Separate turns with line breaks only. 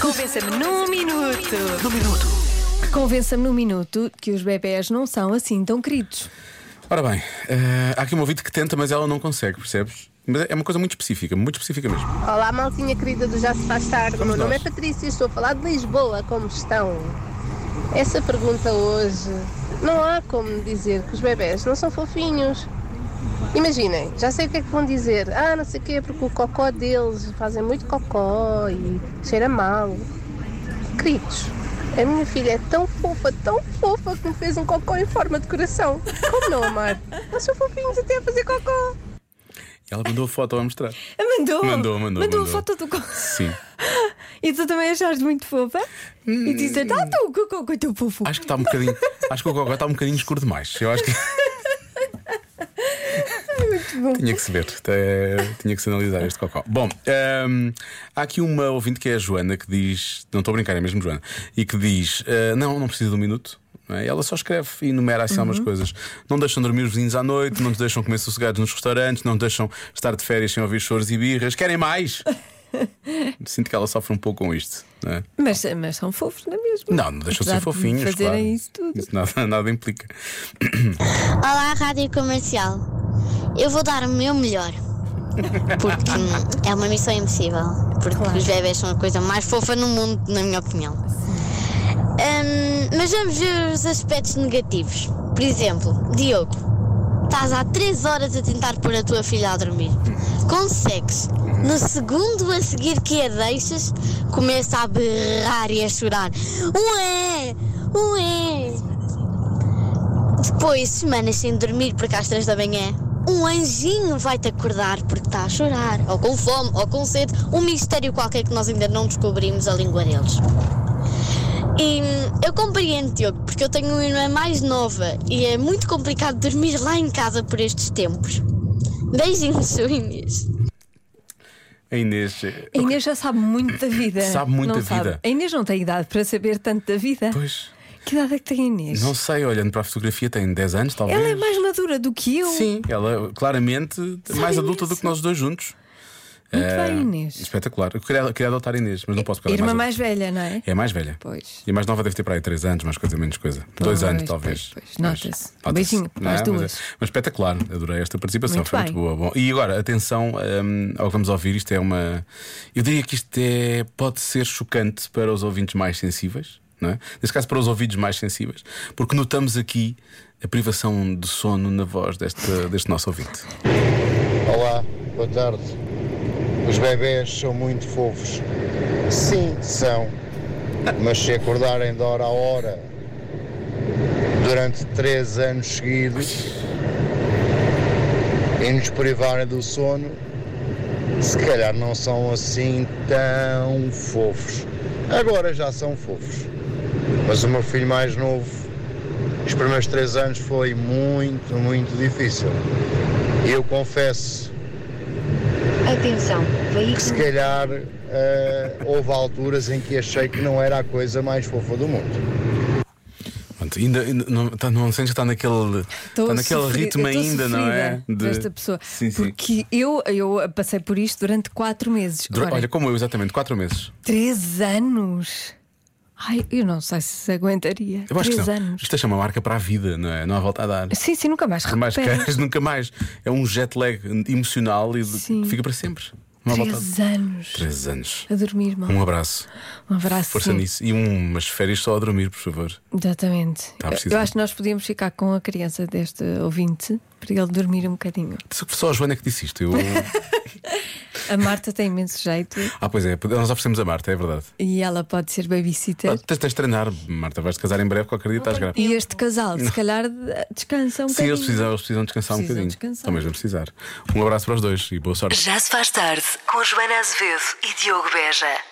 Convença-me num minuto.
No minuto.
Convença-me num minuto que os bebés não são assim tão queridos.
Ora bem, eh, há aqui uma ouvinte que tenta, mas ela não consegue, percebes? Mas é uma coisa muito específica, muito específica mesmo.
Olá, maltinha querida do Já Se Faz Tarde.
Somos
Meu nome é
nós.
Patrícia, estou a falar de Lisboa. Como estão? Essa pergunta hoje. Não há como dizer que os bebés não são fofinhos. Imaginem, já sei o que é que vão dizer. Ah, não sei o quê, porque o cocó deles fazem muito cocó e cheira mal. Queridos, a minha filha é tão fofa, tão fofa, que me fez um cocó em forma de coração. Como não amar? Eles são fofinhos até a fazer cocó.
Ela mandou a foto a mostrar.
Ah, Mandou.
Mandou, mandou,
Mandou a
mandou.
foto do co-
Sim.
E tu também achaste muito fofa? E disse: Ah, tu, o cocô com o teu fofo.
Hum. Acho que está um bocadinho. acho que o Gogó está um bocadinho escuro demais. Eu acho que. Tinha que se ver, eh, tinha que se analisar este cocó. Bom, ehm, há aqui uma ouvinte que é a Joana que diz: Não estou a brincar, é mesmo Joana, e que diz: eh, Não, não precisa de um minuto. não é? Ela só escreve e enumera assim algumas coisas. Não deixam dormir os vizinhos à noite, não nos deixam comer sossegados nos restaurantes, não nos deixam estar de férias sem ouvir choros e birras. Querem mais? Sinto que ela sofre um pouco com isto. Não é?
Mas, mas são fofos, não é mesmo?
Não, não deixam
Apesar
de ser
de
fofinhos,
fazerem
claro.
isso tudo.
nada, nada implica.
Olá, Rádio Comercial. Eu vou dar o meu melhor. Porque hum, é uma missão impossível. Porque os bebés são a coisa mais fofa no mundo, na minha opinião. Hum, mas vamos ver os aspectos negativos. Por exemplo, Diogo, estás há 3 horas a tentar pôr a tua filha a dormir. Consegues. No segundo a seguir que a deixas, começa a berrar e a chorar. Ué! Ué! Depois, semanas sem dormir porque às três da manhã, um anjinho vai-te acordar porque está a chorar, ou com fome, ou com sede, um mistério qualquer que nós ainda não descobrimos a língua deles. E hum, eu compreendo, Diogo, porque eu tenho uma irmã mais nova e é muito complicado dormir lá em casa por estes tempos. Beijinhos, sou Inês.
A Inês. eh,
A Inês já sabe muito da vida.
Sabe muito
não
da vida.
A Inês não tem idade para saber tanto da vida.
Pois.
Que idade é que tem a Inês?
Não sei, olhando para a fotografia, tem 10 anos, talvez.
Ela é mais madura do que eu.
Sim, ela claramente é mais adulta do
imenso.
que nós dois juntos.
Muito
É,
bem, Inês.
Espetacular. Eu queria, queria adotar a Inês, mas não posso porque ela
Irmã
é
mais velha, não é?
adulta. É mais velha.
Pois.
E a mais nova deve ter para aí 3 anos, mais coisa, menos coisa. 2
Pois,
anos,
pois,
talvez.
pois.
Mas-
Nota-se. Um beijinho para
Não
as
é? Mas é-
duas.
Mas espetacular, adorei esta participação,
Muito
foi
bem.
muito boa. Bom, e agora, atenção hum, ao que vamos ouvir, isto é uma. Eu diria que isto é, pode ser chocante para os ouvintes mais sensíveis, não é? Neste caso, para os ouvidos mais sensíveis, porque notamos aqui a privação de sono na voz deste, deste nosso ouvinte.
Olá, boa tarde. Os bebés são muito fofos. Sim, são. Mas se acordarem de hora a hora, durante três anos seguidos, e nos privarem do sono, se calhar não são assim tão fofos. Agora já são fofos. Mas o meu filho mais novo, os primeiros três anos foi muito, muito difícil. E eu confesso
Atenção,
que se
veículo
calhar eh, houve alturas em que achei que não era a coisa mais fofa do mundo.
Pronto, ainda, ainda não, tá, não sentes que está naquele,
Tô
está Tá naquele
sofrida-
ritmo
eu tô
ainda, não é?
sofrida Desta pessoa.
Sim, sim.
Porque eu, eu passei por isto durante 4 meses.
Dura-
Ora,
Olha, como eu, exatamente, 4 meses.
3 anos. Ai, eu não sei se aguentaria.
Eu acho que
3
não.
anos. é
Isto é uma marca para a vida, não é? Não há volta a dar.
Sim, sim, nunca mais
Por mais
repete.
queiras, nunca mais. É um jet lag emocional e de-
Sim.
que fica para sempre. Não há volta a dar.
3 anos.
Três anos.
A dormir mal.
Um abraço.
Um abraço.
Força
sim.
nisso. E um- umas férias só a dormir, por favor.
Exatamente.
Tá
Eu-
preciso.
eu acho que nós podíamos ficar com a criança deste ouvinte para ele dormir um bocadinho.
Só- Só a Joana que disse isto. Eu...
A Marta tem imenso jeito
ah, pois é. Nós oferecemos a Marta, é verdade.
e ela pode ser babysitter.
Ah, Tens, tens de treinar, Marta. Vais-te casar em breve, qualquer dia estás grávida.
É. E este casal, se calhar, descansa um
Sim,
bocadinho.
eles precisam, eles precisam
Precisam
descansar um bocadinho.
descansar.
Também vão precisar. Um abraço para os dois e boa sorte.
Já se faz tarde com Joana Azevedo e Diogo Beja.